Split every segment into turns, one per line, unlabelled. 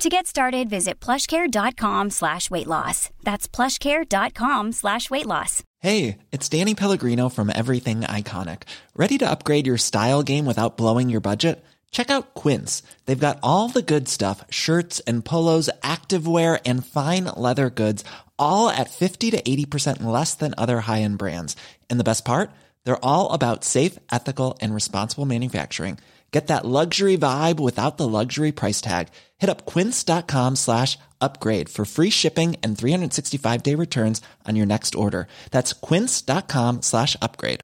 To get started, visit plushcare.com slash weight loss. That's plushcare.com slash weight loss.
Hey, it's Danny Pellegrino from Everything Iconic. Ready to upgrade your style game without blowing your budget? Check out Quince. They've got all the good stuff, shirts and polos, activewear, and fine leather goods, all at 50 to 80% less than other high-end brands. And the best part? They're all about safe, ethical, and responsible manufacturing. Get that luxury vibe without the luxury price tag. Hit up quince.com slash upgrade for free shipping and 365 day returns on your next order. That's quince.com slash upgrade.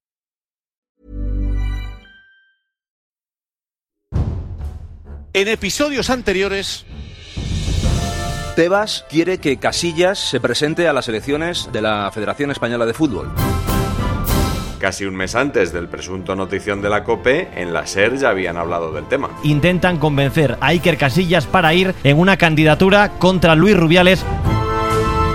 En episodios anteriores,
Tebas quiere que Casillas se presente a las elecciones de la Federación Española de Fútbol.
Casi un mes antes del presunto notición de la COPE, en la SER ya habían hablado del tema.
intentan convencer a Iker Casillas para ir en una candidatura contra Luis Rubiales.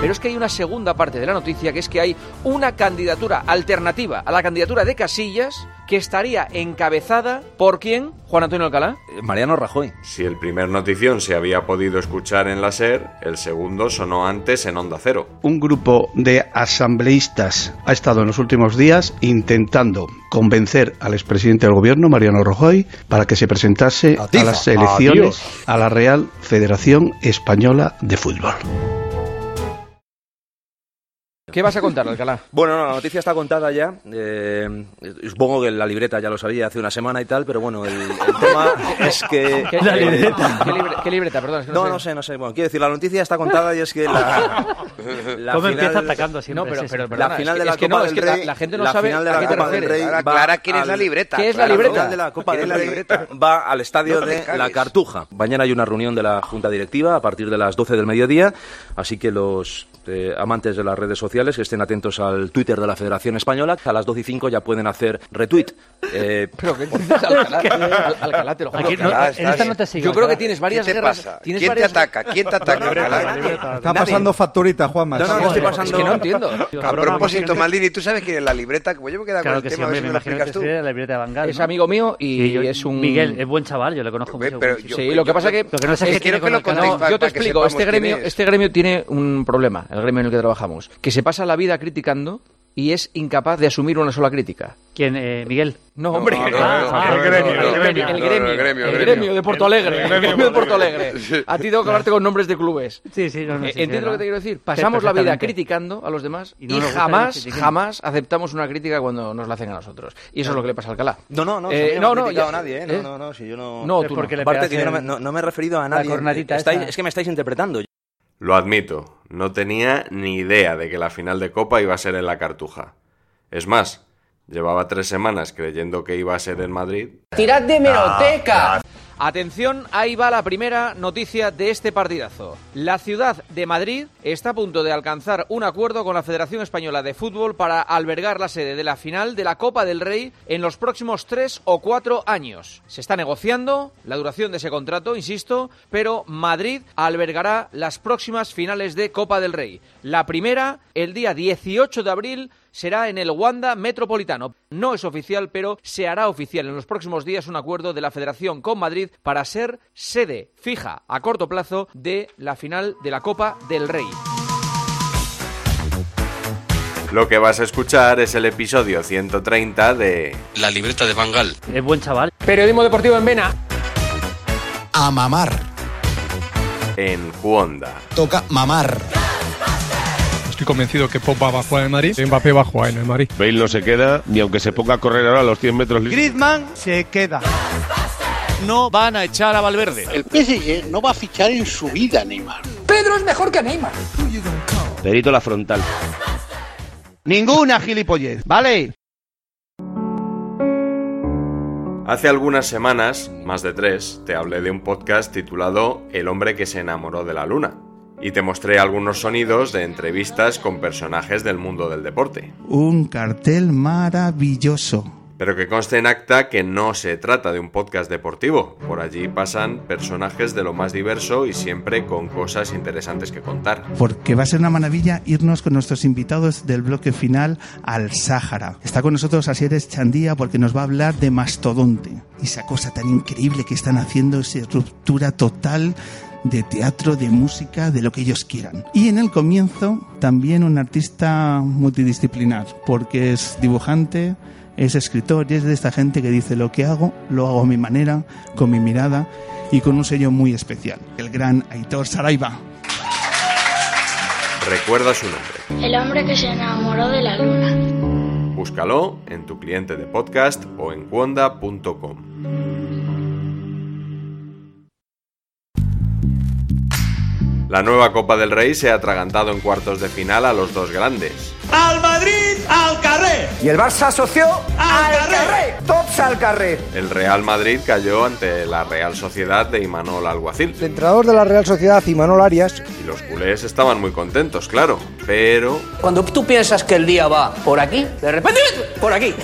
Pero es que hay una segunda parte de la noticia que es que hay una candidatura alternativa a la candidatura de Casillas que estaría encabezada por quién? Juan Antonio Alcalá.
Eh, Mariano Rajoy.
Si el primer notición se había podido escuchar en la SER, el segundo sonó antes en Onda Cero.
Un grupo de asambleístas ha estado en los últimos días intentando convencer al expresidente del gobierno, Mariano Rajoy, para que se presentase a las elecciones a la Real Federación Española de Fútbol.
¿Qué vas a contar, Alcalá?
Bueno, no, la noticia está contada ya. eh, supongo que la libreta ya lo sabía hace una semana y tal, pero bueno, el, el tema es que...
¿Qué-
eh,
qué- ¿Qué, libre- qué libreta? Perdón, es que
No, no sé, no sé. Bueno, quiero decir, la noticia está contada y es que la... la
¿Cómo empieza
final-
atacando
No,
siempre?
pero,
sí, sí.
pero
La
perdona,
final
es
de
que-
la
es que
Copa
no,
del
es que la-
Rey.
la gente no sabe
final de
a
la
qué te
Copa del
refieres.
Rey
Ahora
va
aclara quién es
al-
la libreta.
¿Qué es la
Claro,
libreta?
final de la Copa del
¿Quién es la
Rey
libreta?
va al estadio de La Cartuja. Mañana hay una reunión de la Junta Directiva a partir de las 12 del mediodía, así que los eh, amantes de las redes sociales que estén atentos al Twitter de la Federación Española, a las 12 y 5 ya pueden hacer retweet. Eh,
Pero que dices, Alcalá, Al- Alcalá, te lo juro.
Aquí no-
Alcalá,
en esta no te sigo.
Yo creo que
Alcalá.
tienes varias guerras. Tienes varias...
¿Quién te ataca?
Está pasando facturita, Juanma.
no, no, no
Estamos-
estoy
Es
pasando.
que no entiendo.
A propósito, Maldini, tú sabes que la libreta, como yo me he quedado
Claro
con
que
el
sí,
tema, a ver
hombre,
si
me
me lo
imagino que
explicas tú.
será la libreta de Van Gaal,
Es
¿no?
amigo mío y,
yo-
es un...
Miguel, es buen chaval, yo le conozco
Ve,
mucho.
pero
buen
yo-
chico.
Sí, lo que pasa que...
Lo que no sé
Es que
es que tiene
quiero que
con
lo
Alcalá.
No,
Para
yo te
que
explico,
sepamos
este
quién
gremio,
es.
este gremio tiene un problema, el gremio en el que trabajamos, que se pasa la vida criticando y es incapaz de asumir una sola crítica.
¿Quién? eh, Miguel.
No, hombre,
no, no,
Ah,
no,
ah,
no,
el gremio,
no,
el gremio.
no,
el
no,
gremio,
el gremio,
el
el
gremio de Porto Alegre, el gremio de Porto Alegre.
Sí.
A ti tengo que hablarte con nombres de clubes.
Sí, sí, no, no,
Eh,
sí, sí,
Entiendo
no.
lo que te quiero decir.
Sí,
Pasamos la vida
perfectamente.
criticando a los demás
Y
y,
no nos gusta que
jamás,
critiquen.
jamás aceptamos una crítica cuando nos la hacen a nosotros. Y eso es lo que le pasa a Alcalá.
No, no, no,
Eh,
si a mí no,
no,
me
no,
ha criticado
ya-
nadie, ¿eh?
¿eh?
No, no, no, si yo no.
No,
Es
tú
porque
no.
le
Aparte,
pegas
que yo no
el-
me, no- no me he referido a nadie.
cornadita
Estáis-
esa.
es que me estáis interpretando.
Lo admito, no tenía ni idea de que la final de Copa iba a ser en la Cartuja. Es más, llevaba tres semanas creyendo que iba a ser en Madrid
¡Tirad de meroteca! Ah, Atención, ahí va la primera noticia de este partidazo. La ciudad de Madrid está a punto de alcanzar un acuerdo con la Federación Española de Fútbol para albergar la sede de la final de la Copa del Rey en los próximos tres o cuatro años. Se está negociando la duración de ese contrato, insisto, pero Madrid albergará las próximas finales de Copa del Rey. La primera, el día 18 de abril, será en el Wanda Metropolitano. No es oficial, pero se hará oficial en los próximos días un acuerdo de la Federación con Madrid para ser sede fija a corto plazo de la final de la Copa del Rey.
Lo que vas a escuchar es el episodio 130 de...
La libreta de Bangal.
Es buen chaval.
Periodismo deportivo en Vena.
A mamar.
En Cuonda.
Toca mamar.
Estoy convencido que Pop va a jugar en el Madrid. Mbappé va a jugar en el Madrid.
Bale no se queda, ni aunque se ponga a correr ahora a los 100 metros
Griezmann se queda.
no van a echar a Valverde.
El PSG no va a fichar en su vida, Neymar.
Perito la frontal.
Ninguna gilipollez, ¿vale?
Hace algunas semanas, más de tres, te hablé de un podcast titulado El hombre que se enamoró de la luna. y te mostré algunos sonidos de entrevistas con personajes del mundo del deporte.
Un cartel maravilloso.
Pero que conste en acta que no se trata de un podcast deportivo. Por allí pasan personajes de lo más diverso y siempre con cosas interesantes que contar.
Porque va a ser una maravilla irnos con nuestros invitados del bloque final al Sáhara. Está con nosotros Asieres Chandía porque nos va a hablar de mastodonte. Esa cosa tan increíble que están haciendo, esa ruptura total de teatro, de música, de lo que ellos quieran. Y en el comienzo también un artista multidisciplinar, porque es dibujante, es escritor y es de esta gente que dice lo que hago, lo hago a mi manera, con mi mirada y con un sello muy especial, el gran Aitor Saraiva.
Recuerda su nombre.
El hombre que se enamoró de la luna.
Búscalo en tu cliente de podcast o en cuonda.com. La nueva Copa del Rey se ha atragantado en cuartos de final a los dos grandes.
Al Madrid, al carré.
Y el Barça asoció al, carré. Tops al carré.
El Real Madrid cayó ante la Real Sociedad de Imanol Alguacil.
El entrenador de la Real Sociedad, Imanol Arias.
Y los culés estaban muy contentos, claro. Pero
Cuando tú piensas que el día va por aquí, de repente por aquí.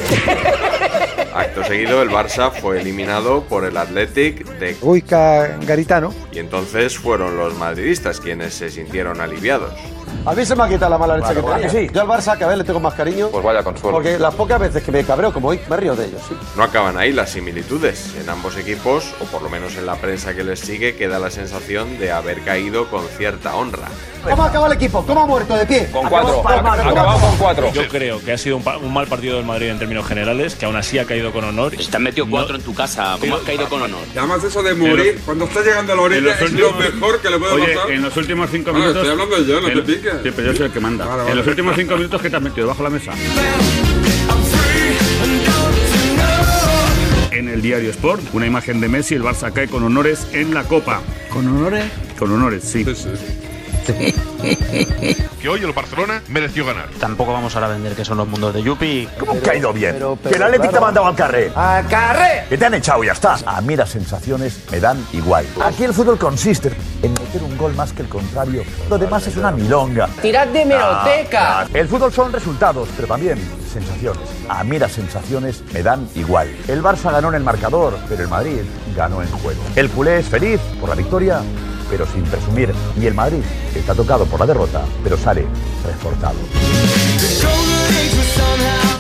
acto seguido el Barça fue eliminado por el Athletic de...
Goica Garitano.
Y entonces fueron los madridistas quienes se sintieron aliviados.
A mí se me ha quitado la mala leche
Claro,
que tenía.
vaya.
Sí, yo al Barça cada vez le tengo más cariño.
Pues vaya consuelo.
Porque las pocas veces que me cabreo, como hoy, me río de ellos. sí.
No acaban ahí las similitudes. En ambos equipos, o por lo menos en la prensa que les sigue, queda la sensación de haber caído con cierta honra.
¿Cómo acaba el equipo? ¿Cómo ha muerto de pie?
Con
Acabamos palmados, palmados.
Yo creo que ha sido un, pa- un mal partido del Madrid en términos generales, que aún así ha caído con honor. Te han metido cuatro en tu casa, ¿cómo has caído con honor?
Además, eso de morir, cuando está llegando a la orilla, es lo mejor que le puede
Oye,
pasar.
en los últimos cinco
Bueno,
minutos.
estoy hablando yo, no
en-
te piques.
Sí, pero yo soy el que manda.
Vale, vale.
En los últimos cinco minutos, ¿qué te has metido? ¿Bajo la mesa? En el diario Sport, una imagen de Messi, el Barça cae con honores en la Copa. ¿Con honores? Con honores, sí.
Que hoy el Barcelona mereció ganar.
Tampoco vamos ahora a vender que son los mundos de Yupi.
¿Cómo han caído bien?
pero,
que el Atlético te
claro.
ha mandado al carré.
¡Al carré!
Que te han echado y ya está. A mí las sensaciones me dan igual. Aquí el fútbol consiste en meter un gol más que el contrario. Lo demás es una milonga.
Tirad de hemeroteca.
Ah, ah. El fútbol son resultados, pero también sensaciones. A mí las sensaciones me dan igual. El Barça ganó en el marcador, pero el Madrid ganó en juego. El culé es feliz por la victoria, pero sin presumir. Y el Madrid está tocado por la derrota, pero sale reforzado.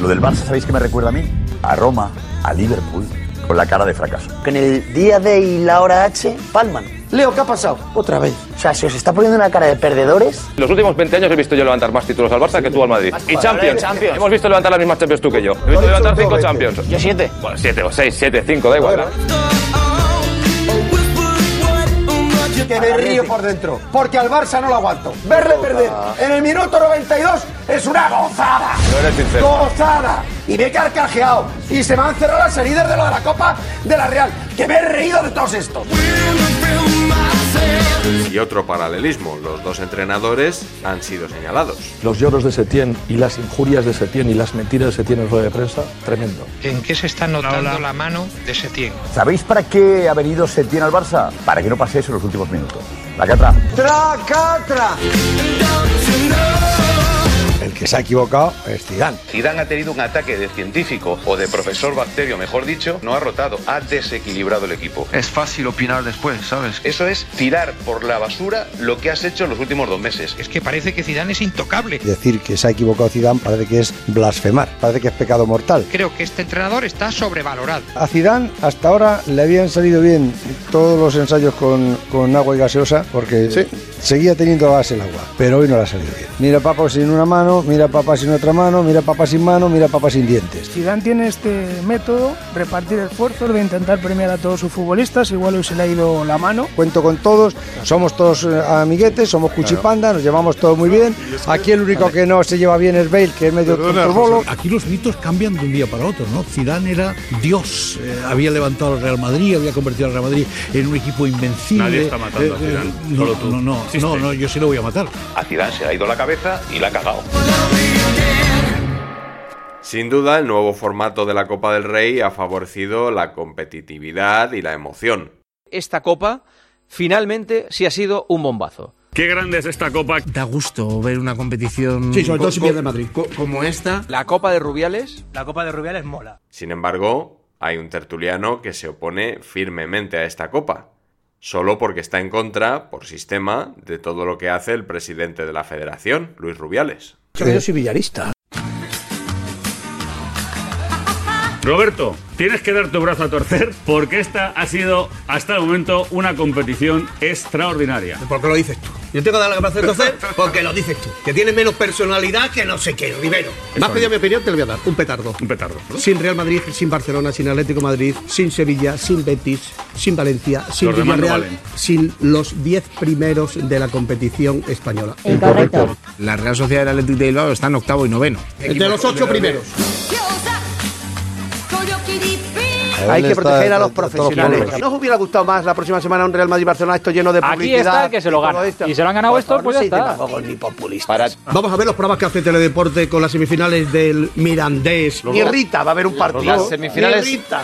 Lo del Barça, ¿sabéis qué me recuerda a mí? A Roma, a Liverpool, con la cara de fracaso.
Que en el día D y la hora H palman. Leo, ¿qué ha pasado? Otra vez. O sea, se os está poniendo una cara de perdedores.
Los últimos 20 años he visto yo levantar más títulos al Barça que tú al Madrid. Y Champions.
Champions.
Hemos visto levantar las mismas Champions tú que yo. He visto levantar 5 Champions.
Yo siete.
Bueno, 7 o 6, 7, 5, da igual.
Que me río por dentro. Porque al Barça no lo aguanto. Verle perder en el minuto 92 es una gozada.
No eres sincero.
¡Gozada! Y me he carcajeado. Y se me han cerrado las heridas de lo de la Copa de la Real. Que me he reído de todos estos.
Y otro paralelismo, los dos entrenadores han sido señalados.
Los lloros de Setién y las injurias de Setién y las mentiras de Setién en rueda de prensa, tremendo.
¿En qué se está notando la mano de Setién?
¿Sabéis para qué ha venido Setién al Barça? Para que no pase eso en los últimos minutos. La catra.
¡Tra, ca, tra!
El que se ha equivocado es Zidane.
Zidane ha tenido un ataque de científico o de profesor bacterio, mejor dicho, no ha rotado, ha desequilibrado el equipo.
Es fácil opinar después, ¿sabes?
Eso es tirar por la basura lo que has hecho en los últimos dos meses. Es que parece que Zidane es intocable.
Decir que se ha equivocado Zidane parece que es blasfemar, parece que es pecado mortal.
Creo que este entrenador está sobrevalorado.
A Zidane hasta ahora le habían salido bien todos los ensayos con, con agua y gaseosa porque seguía teniendo base el agua, pero hoy no le ha salido bien. Mira papá sin una mano, mira papá sin otra mano, mira papá sin mano, mira papá sin dientes.
Zidane tiene este método, repartir esfuerzos, de intentar premiar a todos sus futbolistas, igual hoy se le ha ido la mano.
Cuento con todos, somos todos eh, amiguetes, somos cuchipanda, nos llevamos todos muy bien. Aquí el único que no se lleva bien es Bale, que es medio turbolo.
Aquí los mitos cambian de un día para otro, ¿no? Zidane era Dios, eh, había levantado al Real Madrid, había convertido al Real Madrid en un equipo invencible. Eh,
Nadie está matando a Zidane,
no,
solo tú.
no, no, no, no, yo sí lo voy a matar.
A Zidane se le ha ido la cabeza y la ha cagado.
Sin duda, el nuevo formato de la Copa del Rey ha favorecido la competitividad y la emoción.
Esta copa finalmente sí ha sido un bombazo.
Qué grande es esta copa.
Da gusto ver una competición. co- co-
Como esta. La Copa de Rubiales.
La Copa de Rubiales mola.
Sin embargo, hay un tertuliano que se opone firmemente a esta copa, solo porque está en contra, por sistema, de todo lo que hace el presidente de la federación, Luis Rubiales.
Yo
Eh,
soy villarista.
Roberto, tienes que dar tu brazo a torcer porque esta ha sido hasta el momento una competición extraordinaria.
¿Por qué lo dices tú? Yo tengo que dar la gracia entonces porque lo dices tú. Que tienes menos personalidad que no sé qué, Rivero.
Eso
Me has pedido
es.
mi opinión, te la voy a dar. Un petardo.
Un petardo.
Sin Real Madrid, sin Barcelona, sin Atlético Madrid, sin Sevilla, sin Betis, sin Valencia, sin
Los demás no
Villarreal,
valen.
sin los 10 primeros de la competición española.
La Real Sociedad del Atlético de Bilbao está en octavo y noveno.
De los 8 primeros.
Hay que proteger a los
profesionales. ¿No os hubiera gustado más la próxima semana un Real Madrid-Barcelona esto lleno de publicidad?
está el que se lo
y todo
gana.
esto?
Y se lo han ganado
Por
estos,
favor,
pues
no
ya
seáis
está.
demagogos ni populistas. Vamos a ver los programas que hace Teledeporte con las semifinales del Mirandés.
Los
Ni
dos.
Rita va a haber un
Los dos.
partido.
Las semifinales-
Ni Rita.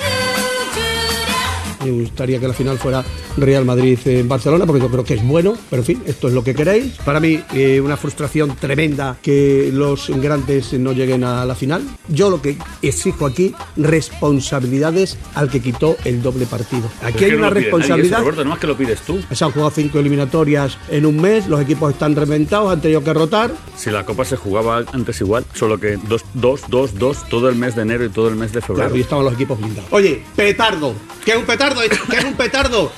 Me gustaría que la final fuera Real Madrid-Barcelona, porque yo creo que es bueno, pero en fin, esto es lo que queréis. Para mí, eh, una frustración tremenda que los grandes no lleguen a la final. Yo lo que exijo aquí, responsabilidades al que quitó el doble partido.
Es
Aquí
que
hay
no
una
lo pide nadie eso,
responsabilidad
Roberto, no más que lo pides tú.
se han jugado cinco eliminatorias en un mes, los equipos están reventados, han tenido que rotar.
Si la copa se jugaba antes igual, solo que dos, dos, dos, dos, todo el mes de enero y todo el mes de febrero.
Claro, y estaban los equipos blindados. Oye, petardo. ¿Qué es un petardo? ¿Qué es un petardo?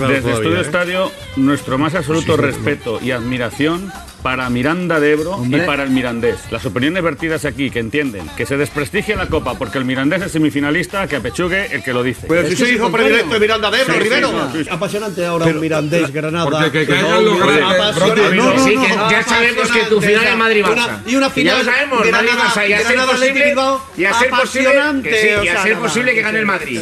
Desde
Claro, todavía,
Estudio
¿eh?
Estadio, nuestro más absoluto respeto y admiración para Miranda de Ebro
Hombre.
y para el Mirandés. Las opiniones vertidas aquí, que entienden, que se desprestigie la Copa porque el Mirandés es semifinalista, que apechugue el que lo dice.
Pero si soy hijo predilecto de Miranda de Ebro,
Sí, sí,
Rivero.
sí, sí.
Apasionante ahora un Mirandés, Granada.
porque que caigan
Granada,
los grandes,
apasionante.
Broti.
No, no,
Sí,
no,
que
apasionante.
ya sabemos que tu final es Madrid-Barça.
Una- Y una
Que ya
final.
lo sabemos, Madrid-Barça, y a ser
Granada,
posible-
City, Bilbao,
y a ser posible-
apasionante,
que sí, y a
o sea,
ser
nada,
posible que gane el
sí.
Madrid.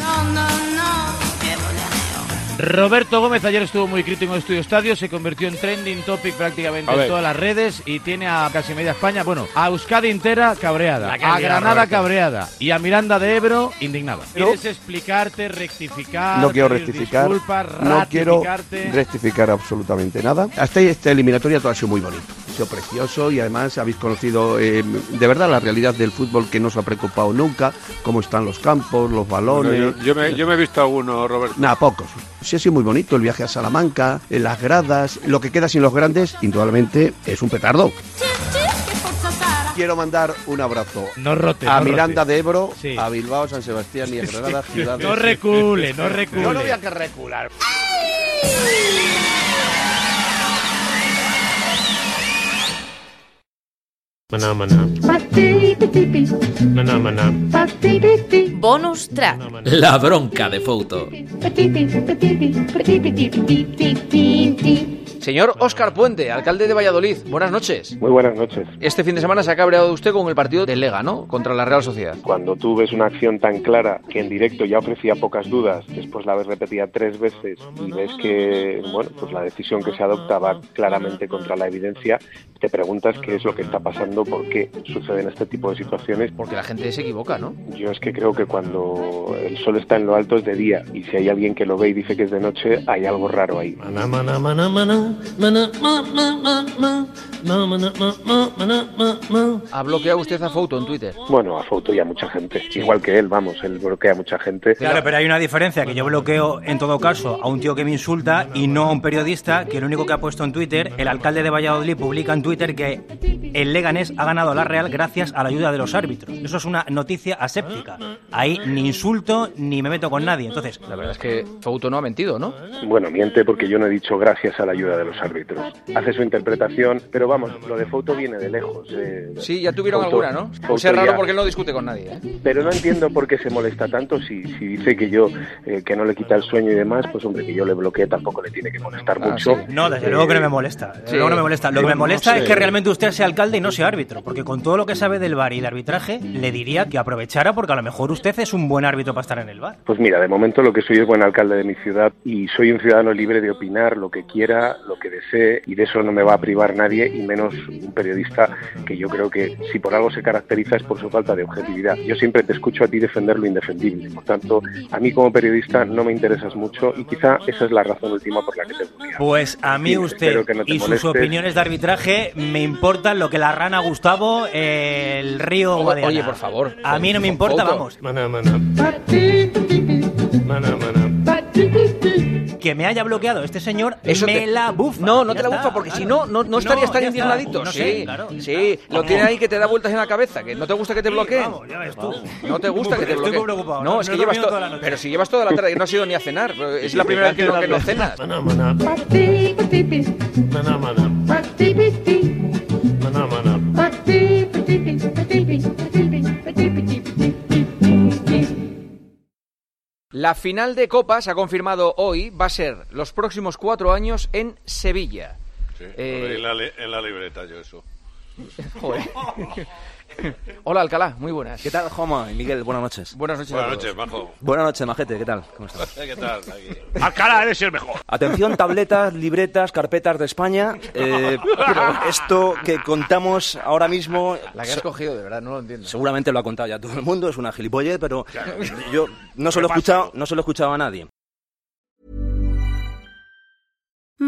Roberto Gómez ayer estuvo muy crítico en Estudio Estadio, se convirtió en trending topic prácticamente
A
en
ver.
todas las redes y tiene a casi media España, bueno, a Euskadi entera cabreada,
La que ha
a
liado,
Granada
Roberto.
cabreada y a Miranda de Ebro indignada.
Pero-
¿Quieres explicarte, rectificar?
No quiero
pedir
rectificar,
disculpas,
no quiero
ratificarte?
rectificar absolutamente nada. Hasta esta eliminatoria todo ha sido muy bonito, ha sido precioso y además habéis conocido eh, de verdad la realidad del fútbol que no os ha preocupado nunca, cómo están los campos, los balones.
Bueno, yo, yo me, yo me he visto a uno, Roberto.
Nada, pocos. Sí ha sido muy bonito el viaje a Salamanca, eh, las gradas, lo que queda sin los grandes, indudablemente es un petardo. Quiero mandar un abrazo
No rote,
a
no rote.
Miranda de Ebro,
Sí.
a Bilbao, San Sebastián y a Granada, ciudades.
No recule, no recule.
Yo no voy a que recular.
Maná, maná. Maná, maná.
Bonus track.
La bronca de Fouto.
Señor Óscar Puente, alcalde de Valladolid, buenas noches.
Muy buenas noches.
Este fin de semana se ha cabreado usted con el partido de Lega, ¿no? Contra la Real Sociedad.
Cuando tú ves una acción tan clara que en directo ya ofrecía pocas dudas, después la ves repetida tres veces y ves que bueno, pues la decisión que se adopta va claramente contra la evidencia, te preguntas qué es lo que está pasando, por qué suceden este tipo de situaciones.
Porque la gente se equivoca, ¿no?
Yo es que creo que cuando el sol está en lo alto es de día y si hay alguien que lo ve y dice que es de noche, hay algo raro ahí.
Maná, maná, maná. Maná, ma, ma, ma, ma. Maná, maná, ma, ma, maná, ma, ma.
Ha bloqueado usted a Fouto en Twitter.
Bueno, a Foto y a mucha gente. Igual que él, vamos, él bloquea a mucha gente.
Claro, pero hay una diferencia, que yo bloqueo en todo caso a un tío que me insulta y no a un periodista que lo único que ha puesto en Twitter, el alcalde de Valladolid publica en Twitter que el Leganés ha ganado a la Real gracias a la ayuda de los árbitros. Eso es una noticia aséptica. Ahí ni insulto ni me meto con nadie. Entonces,
la verdad es que Fouto no ha mentido, ¿no?
Bueno, miente porque yo no he dicho gracias a la ayuda de los árbitros. Hace su interpretación, pero vamos, lo de Foto viene de lejos. eh.
Sí, ya tuvieron
Fouto-
alguna, ¿no?
Fouto
Pues es raro
ya-
porque él no discute con nadie, ¿eh?
Pero no entiendo por qué se molesta tanto si, si dice que yo, eh, que no le quita el sueño y demás, pues hombre, que yo le bloqueé tampoco le tiene que molestar mucho.
no, desde
Eh,
luego que no me molesta. Desde
sí.
luego no me molesta. Lo que me
No
molesta
sé.
es que realmente usted sea alcalde y no sea árbitro, porque con todo lo que sabe del VAR y de arbitraje, le diría que aprovechara porque a lo mejor usted es un buen árbitro para estar en el VAR.
Pues mira, de momento lo que soy es buen alcalde de mi ciudad y soy un ciudadano libre de opinar lo que quiera, lo que desee y de eso no me va a privar nadie y menos un periodista que yo creo que si por algo se caracteriza es por su falta de objetividad. Yo siempre te escucho a ti defender lo indefendible, por tanto a mí como periodista no me interesas mucho y quizá esa es la razón última por la que te unía.
Pues a mí
Sí,
usted
espero que no te
y sus
molestes.
opiniones de arbitraje me importan lo que la rana Gustavo, el río
Oye,
Guadiana.
oye, por favor.
A mí no me importa,
Foto.
vamos. Que me haya bloqueado este señor,
Eso
me
te-
la bufa.
No, no
Ya
te la bufa
está,
porque si
claro.
no, no, no estarías tan
ya está.
indignadito.
No
sí,
sé, claro.
sí, lo
Vamos.
tienes ahí que te da vueltas en la cabeza, que no te gusta que te bloqueen. No te gusta que te
Estoy
bloqueen.
muy preocupado,
No,
no-
es
no
que
he
llevas
dormido
to-
toda la noche.
Pero si llevas toda la tarde que no has ido ni a cenar, es la primera vez que no, que no cenas. La final de Copa se ha confirmado hoy, va a ser los próximos cuatro años en Sevilla.
Sí, lo
Eh,
leí en la, li- en la libreta yo eso.
Joder.
¿eh?
Hola Alcalá, muy buenas.
¿Qué tal, Juanma y Miguel? Buenas noches.
Buenas noches a
Buenas
todos.
noches, Majo.
Buenas noches, Majete. ¿Qué tal? ¿Cómo estás?
¿Qué tal? Aquí?
Alcalá, eres el mejor. Atención, tabletas, libretas, carpetas de España. Eh, pero esto que contamos ahora mismo...
La que has cogido, de verdad, no lo entiendo.
Seguramente lo ha contado ya todo el mundo, es una gilipollez, pero yo no se lo he escuchado, no se lo he escuchado a nadie.